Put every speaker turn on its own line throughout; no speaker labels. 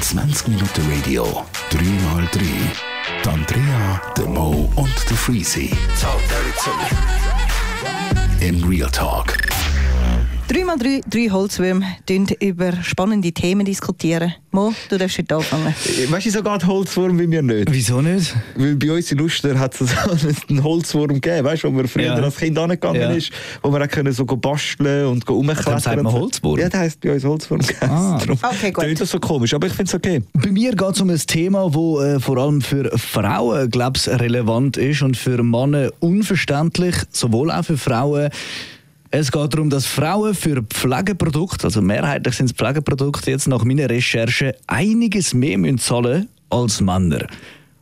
20 Minuten Radio, 3x3. Die Andrea, der Mo und der Freezy. Im Real Talk.
3x3, drei Holzwürme, tun über spannende Themen diskutieren. Mo, du darfst heute anfangen.
Weißt du, so geht Holzwurm bei mir nicht.
Wieso nicht?
Weil bei uns in Uster hat es so einen Holzwurm gegeben, weißt du, wo man früher
Ja.
als Kind angegangen
Ja.
ist, wo man auch können so go basteln und go rumklettern.
Dann sagt man
und so.
Holzwurm.
Ja, der heisst bei uns Holzwurm.
Ah.
Okay, gut.
Nicht so komisch, aber ich finde es okay.
Bei mir geht es um ein Thema, wo äh, vor allem für Frauen glaub ich, relevant ist und für Männer unverständlich, sowohl auch für Frauen. Es geht darum, dass Frauen für Pflegeprodukte, also mehrheitlich sind es Pflegeprodukte, jetzt nach meiner Recherche einiges mehr müssen zahlen als Männer.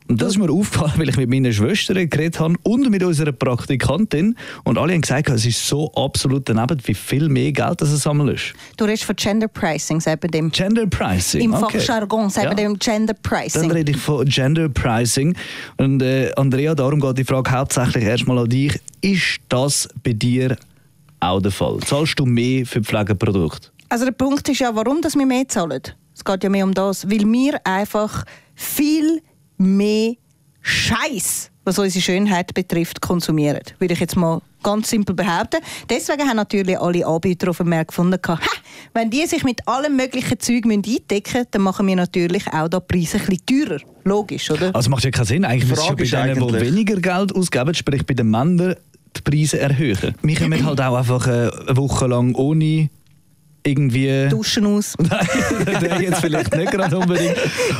Und das ist mir aufgefallen, weil ich mit meinen Schwestern geredet habe und mit unserer Praktikantin. Und alle haben gesagt, es ist so absolut daneben, wie viel mehr Geld das es einmal ist.
Du redest von Gender Pricing, sagt man dem.
Gender Pricing.
Im
okay.
Fachjargon sagt man
Ja.
dem Gender
Dann
Pricing.
rede ich von Gender Pricing. Und äh, Andrea, darum geht die Frage hauptsächlich erstmal an dich. Ist das bei dir auch der Fall? Zahlst du mehr für Pflegeprodukte?
Also der Punkt ist ja, warum dass wir mehr zahlen. Es geht ja mehr um das, weil wir einfach viel mehr Scheiß, was unsere Schönheit betrifft, konsumieren. Würde ich jetzt mal ganz simpel behaupten. Deswegen haben natürlich alle Anbieter auf dem Markt gefunden, ha, wenn die sich mit allem möglichen Zeug müssen eindecken müssen, dann machen wir natürlich auch da die Preise ein bisschen teurer. Logisch, oder?
Also macht ja keinen Sinn. Eigentlich müsstest du
Frage
bei
ist
denen, die
eigentlich-
weniger Geld ausgeben, sprich bei den Männern, die Preise erhöhen. Wir kommen halt auch einfach äh, eine Woche lang ohne irgendwie...
Duschen aus.
Nein, der jetzt vielleicht nicht gerade unbedingt.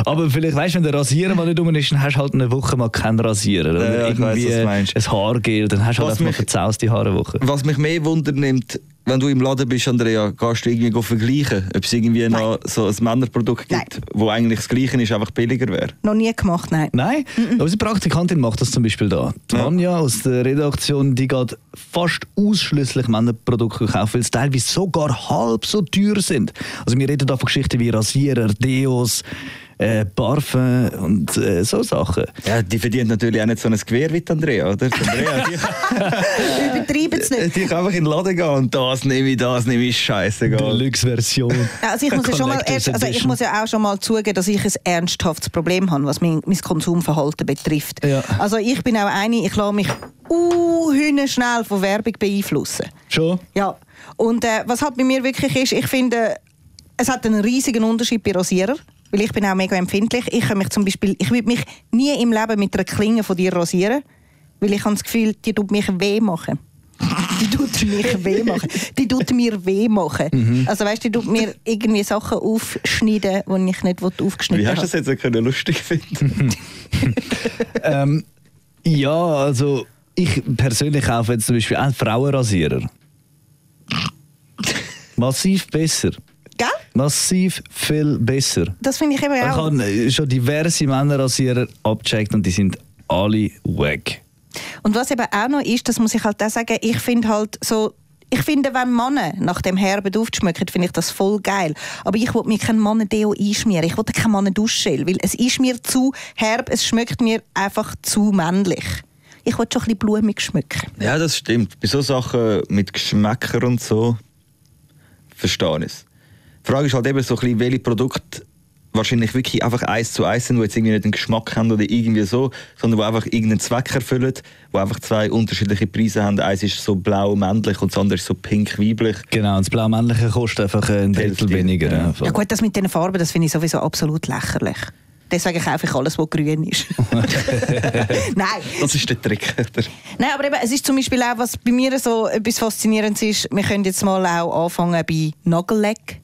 Aber vielleicht, weißt du, wenn der Rasierer mal nicht rum ist, dann hast du halt eine Woche mal keinen Rasierer. Oder
Ja, ja, ich weiss,
irgendwie
was du meinst.
ein Haargel, dann hast du halt
Was
einfach mal
mich-
verzauste Haare eine Woche.
Was mich mehr wundern nimmt, wenn du im Laden bist, Andrea, gehst du irgendwie go vergleichen, ob es irgendwie noch so ein Männerprodukt gibt, wo eigentlich das Gleiche ist, einfach billiger wäre.
Noch nie gemacht, nein.
Nein, unsere Praktikantin macht das zum Beispiel da. Die
Ja.
Anja aus der Redaktion, die geht fast ausschließlich Männerprodukte kaufen, weil es teilweise sogar halb so teuer sind. Also wir reden da von Geschichten wie Rasierer, Deos, äh, Parfum und äh, so Sachen.
Ja, die verdient natürlich auch nicht so ein Gewehr wie die Andrea, oder? Die Andrea, die,
Übertreiben es nicht.
die kann einfach in den Laden gehen und das nehme ich, das nehme ich, scheißegal.
Deluxe-Version.
Ja, Also ich, muss ja schon mal erst, also ich muss ja auch schon mal zugeben, dass ich ein ernsthaftes Problem habe, was mein, mein Konsumverhalten betrifft.
Ja.
Also ich bin auch eine, ich lasse mich uh, schnell von Werbung beeinflussen.
Schon?
Ja, und äh, was halt bei mir wirklich ist, ich finde, es hat einen riesigen Unterschied bei Rasierer, weil ich bin auch mega empfindlich. Ich kann mich zum Beispiel, ich würde mich nie im Leben mit einer Klinge von dir rasieren, weil ich habe das Gefühl, die tut mich weh machen. Die tut mich weh machen. Die tut mir weh machen.
Mhm.
Also weißt, die tut mir irgendwie Sachen aufschneiden, die ich nicht aufgeschnitten
Wie hast
habe.
du das jetzt nicht können lustig finden?
Ähm, ja, also ich persönlich kaufe jetzt zum Beispiel einen Frauenrasierer. Massiv besser.
Gell?
Massiv viel besser.
Das finde ich eben
Ich
auch.
habe äh, schon diverse Männerrasierer abgecheckt und die sind alle weg.
Und was eben auch noch ist, das muss ich halt auch sagen, ich finde halt so, ich finde, wenn Männer nach dem herben Duft schmecken, finde ich das voll geil. Aber ich will mir keinen Mannendeo einschmieren. Ich will keinen Mannenduschgel, weil es ist mir zu herb, es schmeckt mir einfach zu männlich. Ich will schon ein bisschen blumig schmecken.
Ja, das stimmt. Bei so Sachen mit Geschmäcker und so verstehe ich es. Die Frage ist halt eben so ein bisschen, welche Produkte wahrscheinlich wirklich einfach eins zu eins sind, die jetzt irgendwie nicht einen Geschmack haben oder irgendwie so, sondern die einfach irgendeinen Zweck erfüllen, die einfach zwei unterschiedliche Preise haben. Eins ist so blau männlich und das andere ist so pink weiblich.
Genau, und das blau-männliche kostet einfach äh, ein
Hälfte,
Drittel weniger.
ja.
einfach.
Ja gut, das mit den Farben, das finde ich sowieso absolut lächerlich. Deswegen kaufe ich alles, was grün ist. Nein,
Das ist der Trick. Oder?
Nein, aber eben, es ist zum Beispiel auch, was bei mir so etwas Faszinierendes ist, wir können jetzt mal auch anfangen bei Nagellack.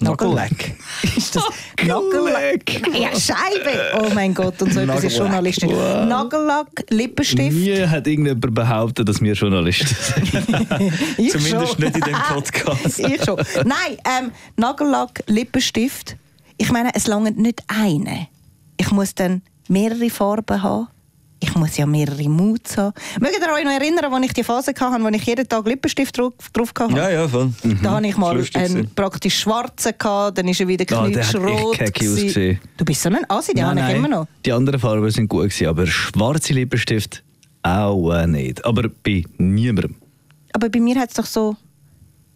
Nagellack.
ist das Nagellack? Ja, Scheibe! Oh mein Gott, und so etwas ist
Nagellack.
Journalistin. Nagellack, Lippenstift.
Nie hat irgendjemand behauptet, dass wir Journalisten sind.
Ich
Zumindest
schon.
nicht in dem Podcast.
ich schon. Nein, ähm, Nagellack, Lippenstift. Ich meine, es lange nicht eine. Ich muss dann mehrere Farben haben. Ich muss ja mehrere Moods haben. Mögt ihr euch noch erinnern, als ich die Phase hatte, wo ich jeden Tag Lippenstift drauf, drauf hatte?
Ja, ja, voll.
Da habe ich
Ist
mal
lustig
einen
gewesen.
praktisch schwarzen gehabt, dann ist er wieder
Ah, der hat echt
knutschrot.
kacke
gewesen.
ausgesehen.
du bist so ein Assi, den habe ich immer noch.
Die anderen Farben sind gut gewesen, aber schwarze Lippenstift auch nicht. Aber bei niemandem.
Aber bei mir hat es doch so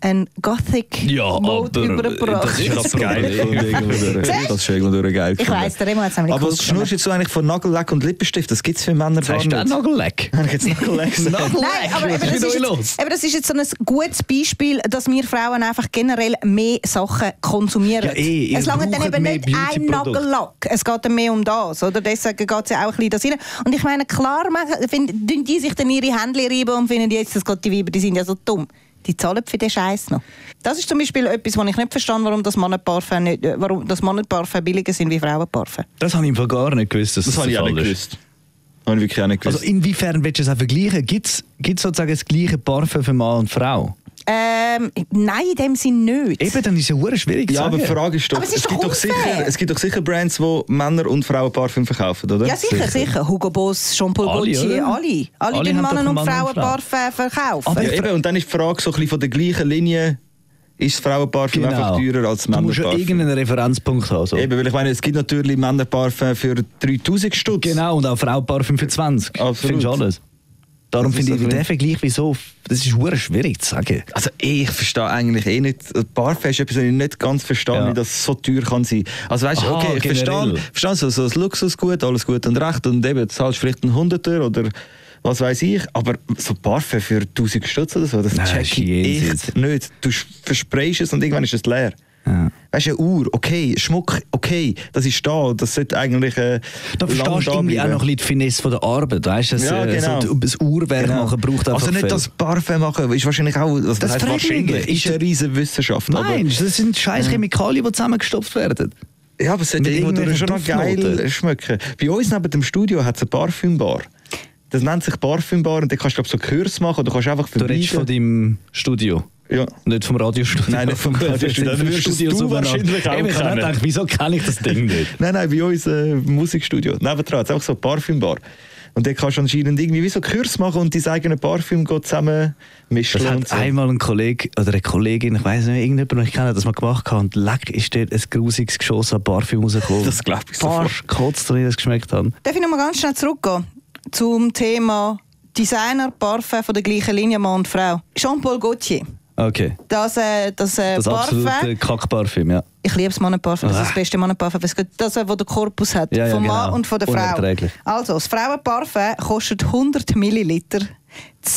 einen Gothic
Ja,
Mode
aber
übergebracht.
das ist
Das ist geil gefunden. irgendwo durch.
Siehst?
Das ist irgendwo durch geil
Ich weiss, der Remo hat's nämlich
Aber
cool
was schnurst jetzt so eigentlich von Nagellack und Lippenstift? Das gibt es für Männer gar
Hast du auch
nicht.
Nagelleck?
Habe ich jetzt Nagellack gesagt?
Nein, aber eben, das, ist jetzt, eben, das ist jetzt so ein gutes Beispiel, dass wir Frauen einfach generell mehr Sachen konsumieren.
Ja, eh, ihr
es langt dann
braucht
eben
mehr
nicht ein
Beauty-Produkte.
Nagellack. Es geht dann mehr um das. Oder? Deswegen geht es ja auch ein bisschen das rein. Und ich meine, klar machen, finden, tun die sich dann ihre Hände reiben und finden jetzt, das geht die Weiber, die sind ja so dumm. Die zahlen für den Scheiß noch. Das ist zum Beispiel etwas, was ich nicht verstehe, warum das Männerparfum nicht, äh, warum das Männerparfum billiger sind wie Frauenparfum.
Das habe ich im Fall gar nicht gewusst. Dass
Das habe ich
der
auch nicht
Fall ist.
gewusst. Habe ich wirklich auch nicht gewusst.
Also inwiefern willst du es auch vergleichen? Gibt es sozusagen das gleiche Parfüm für Mann und Frau?
Ähm, nein, in dem Sinn nicht.
Eben, dann ist es ja hure schwierig zu
ja, aber
sagen.
die Frage ist doch,
Aber es ist doch
gibt doch
unfair.
sicher, es gibt doch sicher Brands, die Männer- und Frauenparfüm verkaufen, oder?
Ja, sicher, sicher. Hugo Boss, Jean-Paul
Alle,
Gucci, alle.
oder?
Alle,
Alle
alle
haben
Männer
doch
und
Mann- und
Frauen
Frau.
Parfum verkaufen.
Aber-
Ja, eben, und dann ist die Frage so ein bisschen von der gleichen Linie, ist das Frauenparfüm einfach teurer als das
Genau. Du musst ja
Männerparfüm?
irgendeinen Referenzpunkt haben. So.
Eben, weil ich meine, es gibt natürlich Männerparfüm für 3000 Stutz.
Genau, und auch Frau Parfüm für 20.
Absolut.
Findest du alles. Darum
Das ist
finde ich
so
den
drin.
Vergleich wieso. Das ist hure schwierig zu sagen.
Also ich verstehe eigentlich eh nicht, Parfum ist etwas, was ich nicht ganz verstehe,
Ja.
wie das so teuer kann sein. Also weißt du,
Aha,
okay, ich
generell.
verstehe, verstehe so, so das Luxusgut, alles gut und recht und eben, du zahlst vielleicht einen Hunderter oder was weiß ich, aber so Parfum für 1000 Stutz oder so, das
Nein,
check
ist
ich
jenseits.
echt nicht. Du sch- versprichst es und irgendwann ist es leer.
Ja.
Weißt du, eine Uhr, okay, Schmuck, okay, das ist da, das sollte eigentlich äh,
Da verstehst du irgendwie auch noch ein bisschen die Finesse von der Arbeit. Weißt du, dass,
Ja,
äh,
genau.
so das Uhrwerk
Genau.
machen braucht einfach
Also nicht
viel.
das Parfum machen, ist wahrscheinlich auch, also das heißt
frage ich mich.
wahrscheinlich, ist eine riesen Wissenschaft.
Nein, das sind scheiß Chemikalien, die zusammengestopft werden.
Aber, ja, aber es sollte
Mit
irgendwo durch schon noch
irgendwelchen
geil
Duftnoten.
schmecken. Bei uns neben dem Studio hat es eine Parfümbar. Das nennt sich Parfümbar und da kannst du glaub, so Kurs machen oder kannst einfach
Du redest von
vorbei.
deinem Studio.
Ja.
Nicht vom Radiostudio.
Nein, nicht vom Radiostudio.
Vom
Dann wirst
Studio
du es du
so
wahrscheinlich auch
Eben, Ich habe
kennen.
gedacht, wieso kenne ich das Ding nicht?
Nein, nein, bei uns äh, im Musikstudio. Nebendran hat es einfach so eine Parfümbar. Und da kannst du anscheinend irgendwie wie so Kurs machen und dein eigenes Parfüm go zusammen mischen.
Das
und
hat
so.
einmal ein Kollege oder eine Kollegin, ich weiß nicht, irgendjemand, den ich kenne, hat das mal gemacht hat und leck ist dort ein grusiges Geschoss an Parfüm rausgekommen.
Das glaub ich sofort.
Barsch kotzt, als ich das geschmeckt habe.
Darf ich noch mal ganz schnell zurückgehen zum Thema Designer, Parfum von der gleichen Linie Mann und Frau. Jean-Paul Gaultier.
Okay.
Das, äh, das, äh,
Das absolute
Parfum,
Kackparfüm, ja.
ich liebe das Mannenparfum, das ist das
Ah.
beste Mannenparfum. Es gibt Das, äh, was der Korpus hat,
Ja, ja,
vom Mann
genau.
und von der Frau.
Unerträglich.
Also, das Frauenparfum kostet 100 Milliliter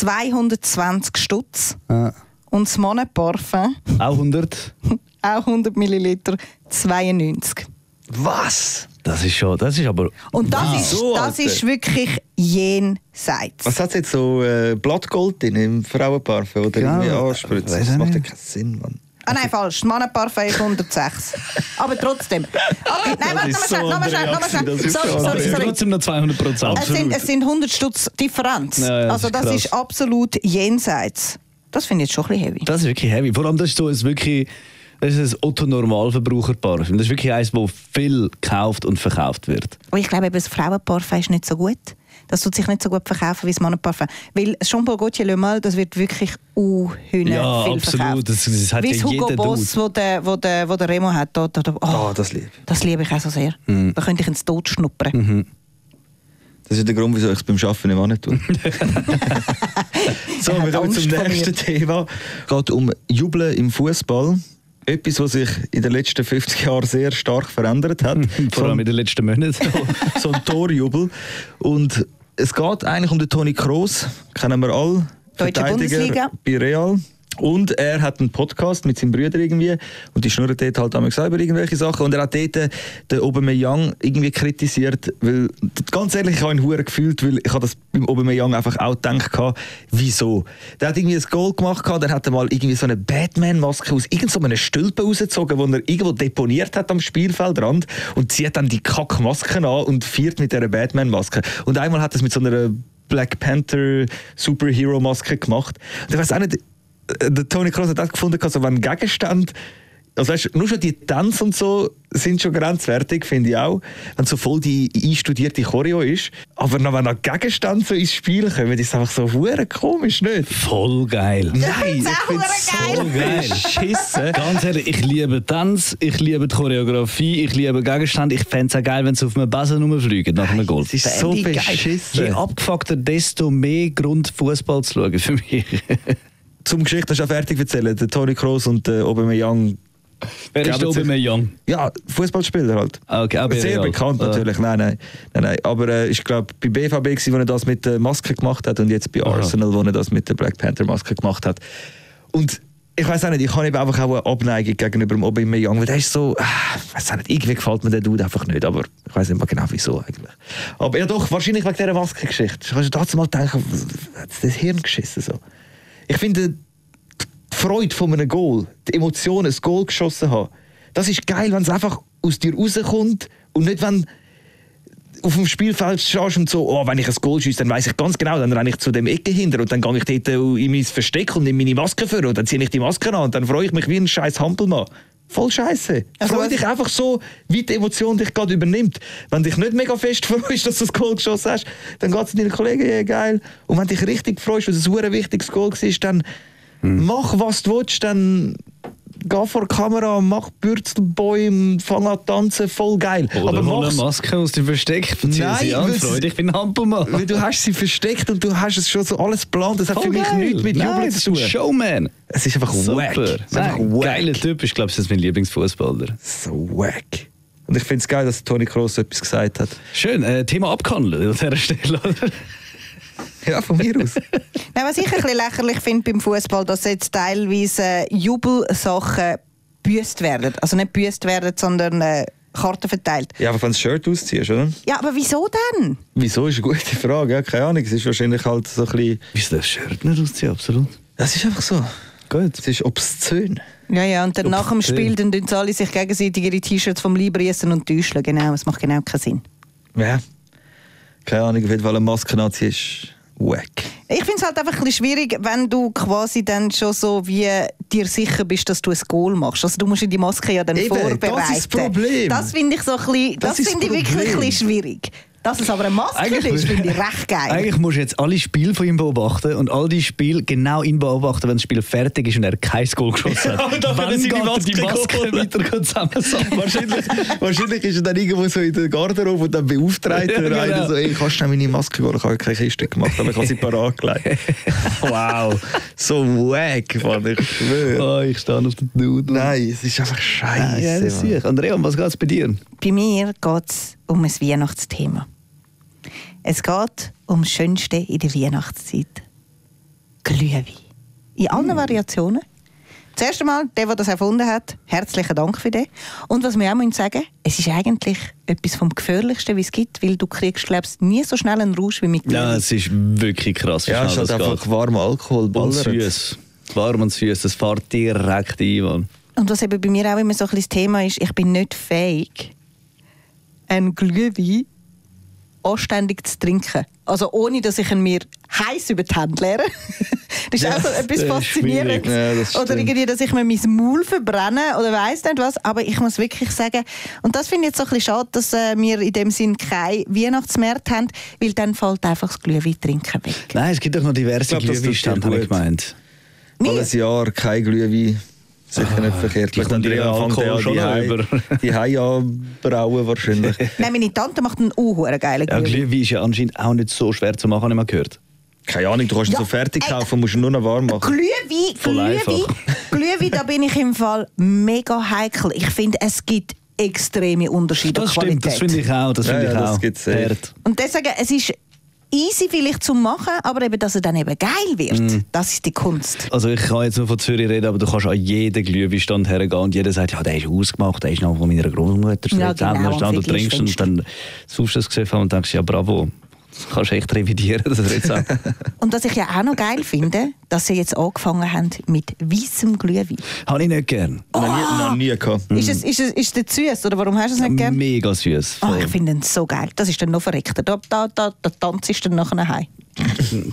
220 Stutz
Ah.
und das Mannenparfum
Auch 100?
auch 100 Milliliter 92.
Was?
Das ist schon, das ist aber...
Und das,
Ah.
Wow.
ist,
So,
das
Alter.
ist wirklich jenseits.
Was hat jetzt so äh, Blattgold drin im Frauenparfüm oder
Ja,
irgendwie
weiss
anspritzen?
auch
Das macht ja
nicht.
keinen Sinn, Mann.
Ah nein, falsch. Das Mannenparfait ist 106. Aber trotzdem. Okay, nein, warte,
ist
nochmal schnell, nochmal
so
schnell,
Andrea
nochmal schnell.
gewesen, das ist
Sorry,
so
sorry,
Es sind
sorry.
trotzdem noch 200 Prozent.
Es sind, es sind 100 Stutz Differenz.
Ja, ja, das
also
ist
das
krass.
ist absolut jenseits. Das finde ich jetzt schon ein bisschen heavy.
Das ist wirklich heavy. Vor allem, das ist so ein wirklich. Das ist ein Otto-Normalverbraucher-Parfüm. Das ist wirklich eins, das viel gekauft und verkauft wird.
Aber ich glaube, eben, das Frauenparfait ist nicht so gut. Das tut sich nicht so gut verkaufen wie das Mannenparfait. Weil das Jean-Paul Gaultier Le Mal, das wird wirklich unhühner
Ja,
viel
absolut.
verkauft.
Das- das hat
wie
ja
das Hugo
jeder
Boss, wo der, wo der, wo der Remo hat. Da, da, da, oh,
Ah, das lieb.
das liebe ich auch so sehr. Da könnte ich ins Tod schnuppern.
Das ist der Grund, wieso ich es beim Arbeiten nicht auch nicht tue. so,
Er hat
wir kommen
Angst
zum
vor mir.
nächsten Thema. Es geht um Jubeln im Fußball. Etwas, was sich in den letzten 50 Jahren sehr stark verändert hat.
Vor allem
So
in den letzten Monaten.
ein- so ein Torjubel. Und es geht eigentlich um den Toni Kroos, kennen wir alle.
Deutsche
Verteidiger
Bundesliga.
Bei Real. Und er hat einen Podcast mit seinem Bruder irgendwie und die schnurren dort halt einmal über irgendwelche Sachen und er hat dort äh, den Aubameyang irgendwie kritisiert, weil ganz ehrlich, ich habe ihn hure gefühlt, weil ich habe das beim Aubameyang einfach auch gedacht gehabt, wieso? Der hat irgendwie ein Goal gemacht gehabt, dann hat er mal irgendwie so eine Batman-Maske aus irgendeinem so Stülpen rausgezogen, wo er irgendwo deponiert hat am Spielfeldrand und zieht dann die Kackmasken an und feiert mit dieser Batman-Maske. Und einmal hat er es mit so einer Black Panther Superhero Maske gemacht. Und ich weiß auch nicht, äh, der Tony Kroos hat auch gefunden, also wenn ein Gegenstand, also weißt, nur schon die Tänze und so sind schon grenzwertig, finde ich auch, wenn so voll die einstudierte Choreo ist. Aber noch, wenn noch Gegenstand so ins Spiel kommen, ist es einfach so hure komisch, nicht?
Voll geil.
Nein,
find's auch
find's
hure
so
geil.
beschissen.
Ganz ehrlich, ich liebe Tanz, ich liebe die Choreografie, ich liebe Gegenstand. Ich fände es auch geil, wenn sie auf einem Besen rumfliegen nach einem Goal.
es ist so
Fänd ich geil.
beschissen.
Je abgefuckter, desto mehr Grund, Fußball zu schauen für mich.
zum Geschichte schon fertig erzählen. Der Toni Kroos und der Aubameyang.
Wer ist
Glauben Sie-
Aubameyang?
Ja, Fußballspieler halt.
Ah, okay, auch bei
Sehr
Real.
bekannt
Ah.
natürlich. Nein, nein, nein, nein. Aber äh, ich glaube, bei BVB gewesen, wo er das mit der Maske gemacht hat und jetzt bei
Aha.
Arsenal, wo er das mit der Black Panther Maske gemacht hat. Und ich weiß auch nicht, ich habe eben einfach auch eine Abneigung gegenüber dem Aubameyang, weil der ist so, ah, ich weiß auch nicht, irgendwie gefällt mir der Dude einfach nicht, aber ich weiß nicht mal genau wieso eigentlich. Aber ja doch, wahrscheinlich wegen dieser Maskengeschichte. Kannst du dazu mal denken, was- hat das Hirn geschissen so? Ich finde, die Freude von einem Goal, die Emotionen, das Goal geschossen haben, das ist geil, wenn es einfach aus dir rauskommt und nicht, wenn auf dem Spielfeld stehst und so, oh, wenn ich ein Goal schieße, dann weiß ich ganz genau, dann renne ich zu dem Ecke hinter und dann gehe ich dort äh, in mein Versteck und nehme meine Maske vor und dann ziehe ich die Maske an und dann freue ich mich wie ein scheiß Hampelmann. Voll scheiße.
Also
Freu
was-
dich einfach so, wie die Emotion dich gerade übernimmt. Wenn dich nicht mega fest freust, dass du das Goal geschossen hast, dann geht es deinen Kollegen, ja geil. Und wenn dich richtig freust, weil es ein verdammt wichtiges Goal war, dann
Hm.
mach, was du willst, dann geh vor die Kamera, mach Bürzelbäume, fang an zu tanzen, voll geil.
Oder hol eine
mach's-
Maske aus dem Versteck, verzieh
Nein,
sie an,
weil's-
Freude, ich bin Hampelmann.
weil du hast sie versteckt und du hast es schon so alles geplant.
Oh,
Das hat für mich nichts mit
Nein,
Jubeln
das ist
zu
ein
tun.
Showman.
Es ist einfach wack.
Super.
Es ist einfach
Nein,
wack.
Geiler Typ ist, glaube ich, das ist mein Lieblingsfußballer.
So wack. Und ich finde es geil, dass Toni Kroos etwas gesagt hat.
Schön, äh, Thema abgehandelt an dieser Stelle, oder?
Ja, von mir aus.
Nein, was ich ein bisschen lächerlich finde beim Fußball, dass jetzt teilweise äh, Jubelsachen büßt werden. Also nicht büßt werden, sondern äh, Karten verteilt.
ja, aber wenn du das Shirt ausziehst, oder?
Ja, aber wieso denn?
Wieso ist eine gute Frage? Ja, keine Ahnung. Es ist wahrscheinlich halt so ein bisschen.
Wieso das Shirt nicht ausziehen? Absolut.
Es ist einfach so.
Gut.
Es ist obszön.
Ja, ja, und dann
Ups,
nach dem Spiel
hey.
dann tun sie alle sich gegenseitig ihre T-Shirts vom Liebriessen und täuschen. Genau, es macht genau keinen Sinn.
Ja. Keine Ahnung, auf jeden Fall eine Maske anziehen ist wack.
Ich finde es halt einfach ein bisschen schwierig, wenn du quasi dann schon so wie dir sicher bist, dass du ein Goal machst. Also du musst in die Maske ja dann
Eben, das ist
vorbereiten.
das Problem.
Das finde ich so ein bisschen,
Das
das,
ist
finde ich
das
wirklich ein
Problem.
bisschen schwierig. Dass es aber eine Maske ist, finde ich recht geil.
Eigentlich musst du jetzt alle Spiele von ihm beobachten und all die Spiele genau ihn beobachten, wenn das Spiel fertig ist und er kein Goal geschossen
Ja,
hat.
und dann
Wann
können sie die
geht er die
Maske
Maske
holen.
weiter zusammensammeln?
wahrscheinlich, wahrscheinlich ist er dann irgendwo so in der Garderobe und dann beauftragt
Ja,
er
genau.
einer so, ey, kannst du schnell meine Maske holen? Ich habe keine Kiste gemacht, aber ich habe sie parat gelegt. wow, so wack, Mann, ich schwöre.
Oh, ich stehe auf den Nudeln.
Nein, es ist einfach scheiße.
ja, das sehe ich. Andrea, um was geht es bei dir?
Bei mir geht es um ein Weihnachtsthema. Es geht um das Schönste in der Weihnachtszeit. Glühwein. In allen Variationen. Zuerst einmal, der, der das erfunden hat, herzlichen Dank für den. Und was wir auch müssen sagen es ist eigentlich etwas vom Gefährlichsten, wie es gibt, weil du kriegst, glaubst nie so schnell einen Rausch wie mit
Ja,
Glühwein.
es ist wirklich krass, wie
Ja, es ist
schnell
halt
das
einfach
geht.
warmer Alkohol,
Und
ballert.
süß. Warm und süß, das fährt direkt ein. Mann.
Und was eben bei mir auch immer so ein bisschen das Thema ist, ich bin nicht fähig, einen Glühwein anständig zu trinken. Also ohne, dass ich ihn mir heiß über die Hand leere. das ist
Ja,
auch so
das
etwas
ist
Faszinierendes.
schwierig. Ja, das
oder
stimmt.
irgendwie, dass ich mir mein Maul verbrenne oder weiss nicht was. Aber ich muss wirklich sagen, und das finde ich jetzt so ein bisschen schade, dass äh, wir in dem Sinn keinen Weihnachtsmarkt haben, weil dann fällt einfach das Glühwein trinken weg.
Nein, es gibt doch noch diverse
Ich glaub, das tut dir
Glühweinstände, habe ich
gut.
gemeint.
Alles Jahr kein Glühwein. Sicher nicht verkehrt.
Ah, die
Weil
kommt ihren
fängt
Alkohol
ja
schon
die
über.
Hei- Die Hei anbrauen wahrscheinlich.
Nein, meine Tante macht einen unhuren geilen
Ja,
Glühwein.
Glühwein ist ja anscheinend auch nicht so schwer zu machen, habe ich mal gehört.
Keine Ahnung, du kannst ihn
Ja,
so fertig
ey. Äh,
kaufen, musst ihn nur noch warm machen.
Glühwein,
Voll
Glühwein,
einfach.
Glühwein, da bin ich im Fall mega heikel. Ich finde, es gibt extreme Unterschiede
Das
in
stimmt, das
Qualität.
finde ich auch. Das
Ja,
finde
ja,
ich
das
auch.
gibt's safe.
Hart.
Und deswegen, es ist easy vielleicht zu machen, aber eben, dass er dann eben geil wird,
Mhm.
das ist die Kunst.
Also ich kann jetzt nur von Zürich reden, aber du kannst an jeden Glühweinstand hergehen und jeder sagt, ja, der ist ausgemacht, der ist noch von meiner Großmutter.
Ja, genau,
und du
und wirklich
trinkst und dann saufst du das gesehen und denkst, ja bravo, das kannst du echt revidieren, das Rezept.
Und was ich ja auch noch geil finde, dass sie jetzt angefangen haben mit weißem Glühwein.
habe ich nicht gern.
Noch nie, noch nie gehabt.
Mhm.
Ist, es, ist, es, ist der süß oder warum hast du es nicht gern?
Mega süß.
Ah, ich finde ihn so geil. Das ist dann noch verrückter. Da, da, da, da tanzt ist dann nachher heim.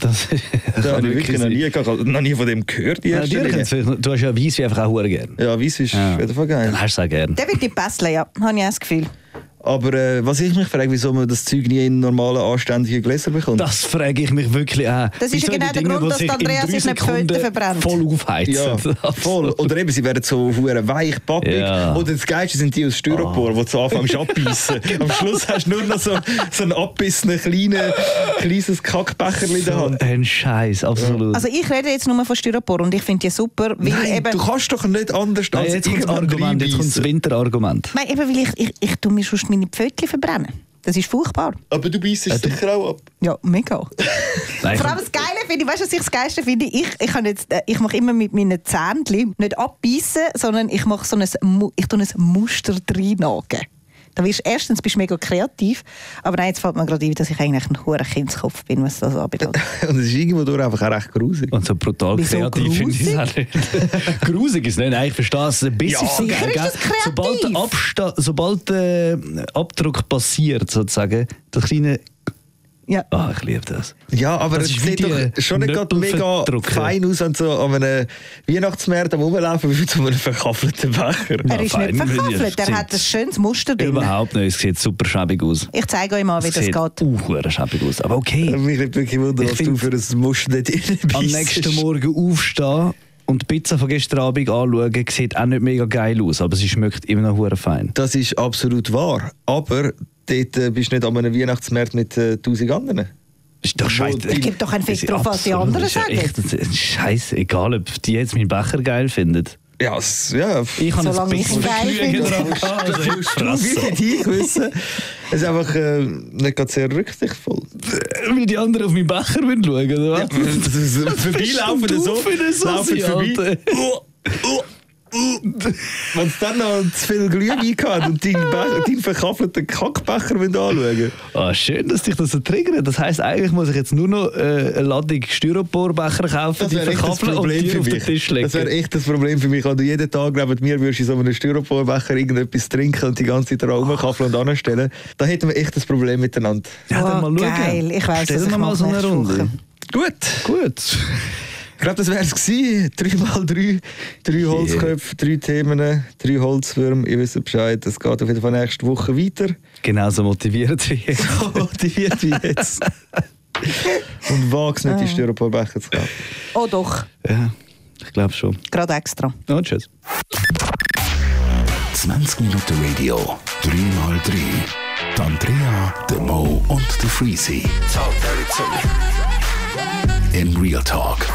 Das
Das
kann
habe ich wirklich noch
sein.
nie gehabt. Ich habe Noch nie von dem gehört. die
Ja,
erste
Natürlich,
Linie.
du hast ja Weiss wie einfach auch hure gern.
Ja, Weiss ist auf jeden Fall geil.
Dann hast du es auch gern.
Der wird die Pässeln, ja, habe ich auch das Gefühl.
Aber äh, was ich mich frage, wieso man das Zeug nie in normalen, anständigen Gläsern bekommt.
Das frage ich mich wirklich auch.
Das ist ja
Wieso die
genau der
Dinge,
Grund,
die
dass
sich in
Andreas
drei
sich nicht
Sekunden
Pfötchen verbrennt.
Voll aufheizen.
ja, voll. Oder eben, sie werden so hure weich, pappig.
Ja. Ah.
Oder das Geilste sind die aus Styropor, die du anfängst abbeissen.
Genau.
Am Schluss hast du nur noch so, so einen abbissenen kleinen, kleines Kackbecherli in der
so
Hand.
ein Scheiß, absolut.
Also ich rede jetzt nur von Styropor und ich finde die super, weil
Nein,
eben...
du kannst doch nicht anders
Nein, jetzt kommt das Argument, jetzt kommt das Winterargument.
Nein, eben, weil ich, ich, ich tue mir sonst meine Pfötchen verbrennen. Das ist furchtbar.
Aber du beißt es sicher auch ab.
Ja, mega.
Nein,
Vor allem das Geile finde ich, weißt du, was ich das Geilste finde? Ich, ich, kann jetzt, äh, ich mache immer mit meinen Zähnchen nicht abbeissen, sondern ich mache so ein, Mu- ich tue ein Muster reinnagen. Da wirst, erstens bist du mega kreativ, aber nein, jetzt fällt mir gerade ein, dass ich eigentlich ein hoher Kindskopf bin, was das anbelangt.
Und es ist irgendwo durch einfach auch recht grusig.
Und so brutal
Wieso
kreativ finde ich es auch nicht. Grusig ist es nicht, nein, ich verstehe es ein bisschen.
Ja,
sogar,
sicher ist
gell?
das kreativ.
Sobald der, Absta sobald der Abdruck passiert, sozusagen, das kleine...
Ja.
Ah, ich liebe das.
Ja, aber
Das
es
ist wie
sieht doch
die eh,
schon nicht gerade mega
Nöppelverdrucker.
fein aus, wenn du so an einem Weihnachtsmarkt am Rumlaufen bist, wie zu einem verkaffelten Becher.
Er ist
fein,
nicht
wenn ihr
verkaffelt, er
seht.
hat ein schönes Muster drin.
Überhaupt nicht, es sieht super schäbig aus.
Ich zeige euch mal, Ah, wie
es
das
sieht
geht.
auch schäbig aus, aber okay.
Mich nimmt wirklich Wunder,
Ich
was du
find-
für ein Muster nicht reinbeißt.
am nächsten Morgen aufstehen und die Pizza von gestern Abend anschauen, sieht auch nicht mega geil aus, aber sie schmeckt immer noch hure fein.
Das ist absolut wahr. Aber dort äh, bist du nicht an einem Weihnachtsmarkt mit äh, tausend anderen.
Ist doch scheiße.
Ich
geb doch einen Fick
Das ist
drauf, was die
absolut-
anderen
ist ja
sagen.
echt- das ist Scheiße, egal ob die jetzt meinen Becher geil finden.
Ja, es, ja.
Ich habe ein
Solange ich's
bisschen
geil finde.
Du, wie hätte ich wissen? Es ist einfach äh, nicht gerade sehr rücksichtsvoll.
Wie die anderen auf meinen Becher schauen, oder was?
Vorbeilaufen
bist
so,
du für eine Soße,
laufen vorbei.
Alter?
Wenn es dann noch zu viel Glühwein gehabt und deinen, Be deinen verkaffelten Kackbecher wollen anschauen
Ah, schön, dass dich das so triggert. Das heisst, eigentlich muss ich jetzt nur noch äh, eine Ladung Styroporbecher kaufen, die
wär
verkaufen und die auf den Tisch legen.
Das wäre echt das Problem für mich. Wenn du jeden Tag neben mir würdest in so einem Styroporbecher irgendetwas trinken und die ganze Zeit rumkaffeln und anstellen, dann hätten wir echt ein Problem miteinander.
Ja, dann
Oh,
mal schauen.
geil. Ich weiss,
Stellen
dass
wir
ich
mal
mache
so eine
nächste
Runde.
Woche.
Gut.
Gut.
Ich glaube, das wäre es gewesen. Drei mal drei. Drei Holzköpfe, drei Themen, drei Holzwürme. Ihr wisst Bescheid. Es geht auf jeden Fall nächste Woche weiter.
Genauso Genau motiviert wie ich.
motiviert wie jetzt. Und wag's nicht, die Styroporbecher zu kaufen.
Oh doch,
Ja, ich glaube schon.
gerade extra.
Und tschüss.
20 Minuten Radio, 3x3. Die Andrea, der Mo und der Freezy. In Real Talk.